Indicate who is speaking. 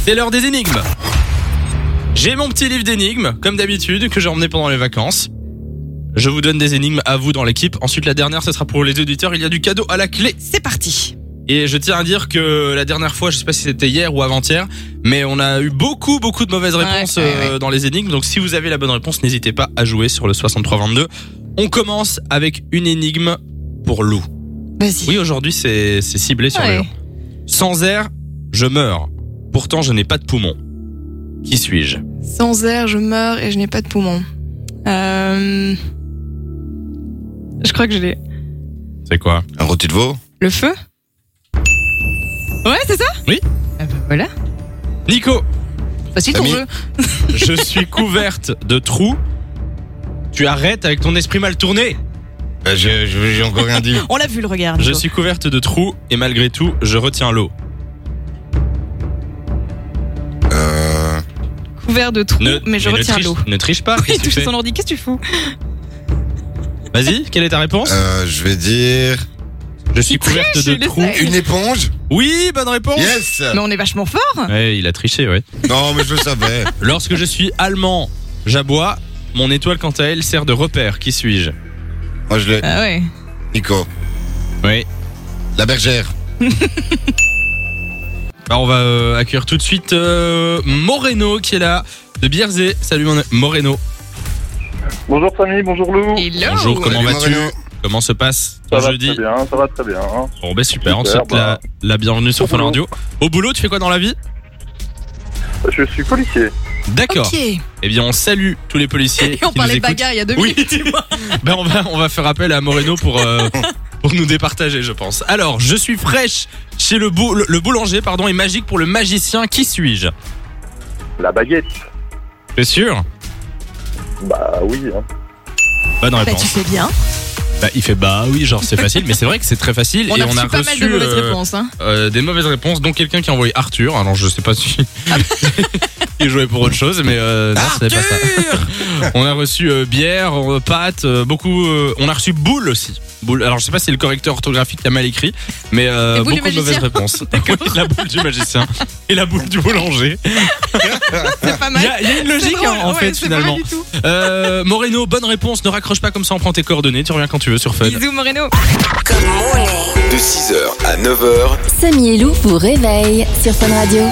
Speaker 1: C'est l'heure des énigmes. J'ai mon petit livre d'énigmes, comme d'habitude, que j'ai emmené pendant les vacances. Je vous donne des énigmes à vous dans l'équipe. Ensuite, la dernière, ce sera pour les auditeurs. Il y a du cadeau à la clé.
Speaker 2: C'est parti.
Speaker 1: Et je tiens à dire que la dernière fois, je sais pas si c'était hier ou avant-hier, mais on a eu beaucoup, beaucoup de mauvaises
Speaker 2: Ouais,
Speaker 1: réponses
Speaker 2: ouais,
Speaker 1: euh, dans les énigmes. Donc si vous avez la bonne réponse, n'hésitez pas à jouer sur le 6322. On commence avec une énigme pour loup.
Speaker 2: Vas-y.
Speaker 1: Oui, aujourd'hui, c'est c'est ciblé sur le
Speaker 2: Ouais.
Speaker 1: loup. Sans air, je meurs. Pourtant, je n'ai pas de poumon. Qui suis-je
Speaker 2: Sans air, je meurs et je n'ai pas de poumon. Euh... Je crois que je l'ai.
Speaker 1: C'est quoi
Speaker 3: Un rôti de veau
Speaker 2: Le feu Ouais, c'est ça
Speaker 1: Oui.
Speaker 2: Ah bah voilà.
Speaker 1: Nico,
Speaker 2: Facile ton
Speaker 3: Samy.
Speaker 2: jeu.
Speaker 1: je suis couverte de trous. Tu arrêtes avec ton esprit mal tourné.
Speaker 3: Bah, je- je- J'ai encore rien dit.
Speaker 2: On l'a vu le regard.
Speaker 1: Je
Speaker 2: Nico.
Speaker 1: suis couverte de trous et malgré tout, je retiens l'eau.
Speaker 3: Euh,
Speaker 2: couvert de trous,
Speaker 1: Ne-
Speaker 2: mais je
Speaker 1: ne
Speaker 2: retiens
Speaker 1: triche-
Speaker 2: l'eau.
Speaker 1: Ne triche pas.
Speaker 2: Oui,
Speaker 1: qu'est-ce que tu
Speaker 2: touche
Speaker 1: fais
Speaker 2: son ordi. Qu'est-ce que tu fous
Speaker 1: Ah. Vas-y, quelle est ta réponse
Speaker 3: euh, je vais dire.
Speaker 1: Je suis
Speaker 2: il triche,
Speaker 1: couverte
Speaker 2: il
Speaker 1: de
Speaker 2: essaie.
Speaker 1: trous.
Speaker 3: Une éponge
Speaker 1: Oui, bonne réponse.
Speaker 3: Yes
Speaker 2: Mais on est vachement fort.
Speaker 1: Ouais, il a triché, ouais.
Speaker 3: Non, mais je le savais.
Speaker 1: Lorsque je suis allemand, j'aboie. Mon étoile, quant à elle, sert de repère. Qui suis-je
Speaker 3: Moi, je l'ai.
Speaker 2: Ah ouais.
Speaker 3: Nico.
Speaker 1: Oui.
Speaker 3: La bergère.
Speaker 1: Alors, on va euh, accueillir tout de suite euh, Moreno qui est là de Bierzé. Salut mon- Moreno.
Speaker 4: Bonjour Samy, bonjour Lou.
Speaker 2: Hello.
Speaker 1: Bonjour, comment
Speaker 3: Salut,
Speaker 1: vas-tu
Speaker 3: Moreno.
Speaker 1: Comment se passe
Speaker 4: Ça
Speaker 1: ton
Speaker 4: va
Speaker 1: jeudi
Speaker 4: très bien, ça va très bien. hein.
Speaker 1: Bon, ben super, on te
Speaker 4: Super,
Speaker 1: souhaite la,
Speaker 4: bah.
Speaker 1: la bienvenue sur
Speaker 4: Au
Speaker 1: Fun
Speaker 4: boulot.
Speaker 1: Radio. Au boulot, tu fais quoi dans la vie
Speaker 4: Je suis policier.
Speaker 1: D'accord.
Speaker 2: Ok. Et
Speaker 1: Eh bien, on salue tous les policiers.
Speaker 2: on
Speaker 1: qui nous
Speaker 2: parlait
Speaker 1: écoutent.
Speaker 2: bagarre il y a deux
Speaker 1: Oui.
Speaker 2: minutes. tu vois.
Speaker 1: Ben on va, on va faire appel à Moreno pour, euh, pour nous départager, je pense. Alors, je suis fraîche chez le, bou- le, le boulanger, pardon, et magique pour le magicien. Qui suis-je
Speaker 4: La baguette.
Speaker 1: T'es sûr
Speaker 4: Bah oui. hein.
Speaker 1: Bonne
Speaker 2: Bah, tu
Speaker 1: réponse.
Speaker 2: fais bien.
Speaker 1: Bah, il fait bah oui, genre c'est facile, mais c'est vrai que c'est très facile
Speaker 2: On
Speaker 1: et
Speaker 2: a
Speaker 1: on
Speaker 2: reçu
Speaker 1: a
Speaker 2: pas mal de
Speaker 1: reçu
Speaker 2: mauvaises
Speaker 1: euh,
Speaker 2: réponses. Hein.
Speaker 1: euh, des mauvaises réponses, dont quelqu'un qui a envoyé Arthur. Alors, je sais pas si il jouait pour autre chose, mais euh, non, c'était pas ça. On a reçu euh, bière, euh, pâtes, euh, beaucoup. euh, on a reçu boule aussi. Boule. Alors je sais pas si c'est le correcteur orthographique qui a mal écrit, mais euh,
Speaker 2: Et boule du
Speaker 1: beaucoup de mauvaises
Speaker 2: magicien.
Speaker 1: réponses. Oui, la boule du magicien et la boule du boulanger.
Speaker 2: C'est pas
Speaker 1: Il
Speaker 2: mal.
Speaker 1: y, a il y a une logique
Speaker 2: C'est drôle,
Speaker 1: hein, en
Speaker 2: ouais,
Speaker 1: fait
Speaker 2: c'est pas mal
Speaker 1: finalement.
Speaker 2: du tout.
Speaker 1: Euh, Moreno, bonne réponse. Ne raccroche pas comme ça, on prend tes coordonnées. Tu reviens quand tu veux sur Fun.
Speaker 2: Bisous Moreno.
Speaker 5: De 6h à 9h,
Speaker 6: Samy et Lou vous réveille sur Fun Radio.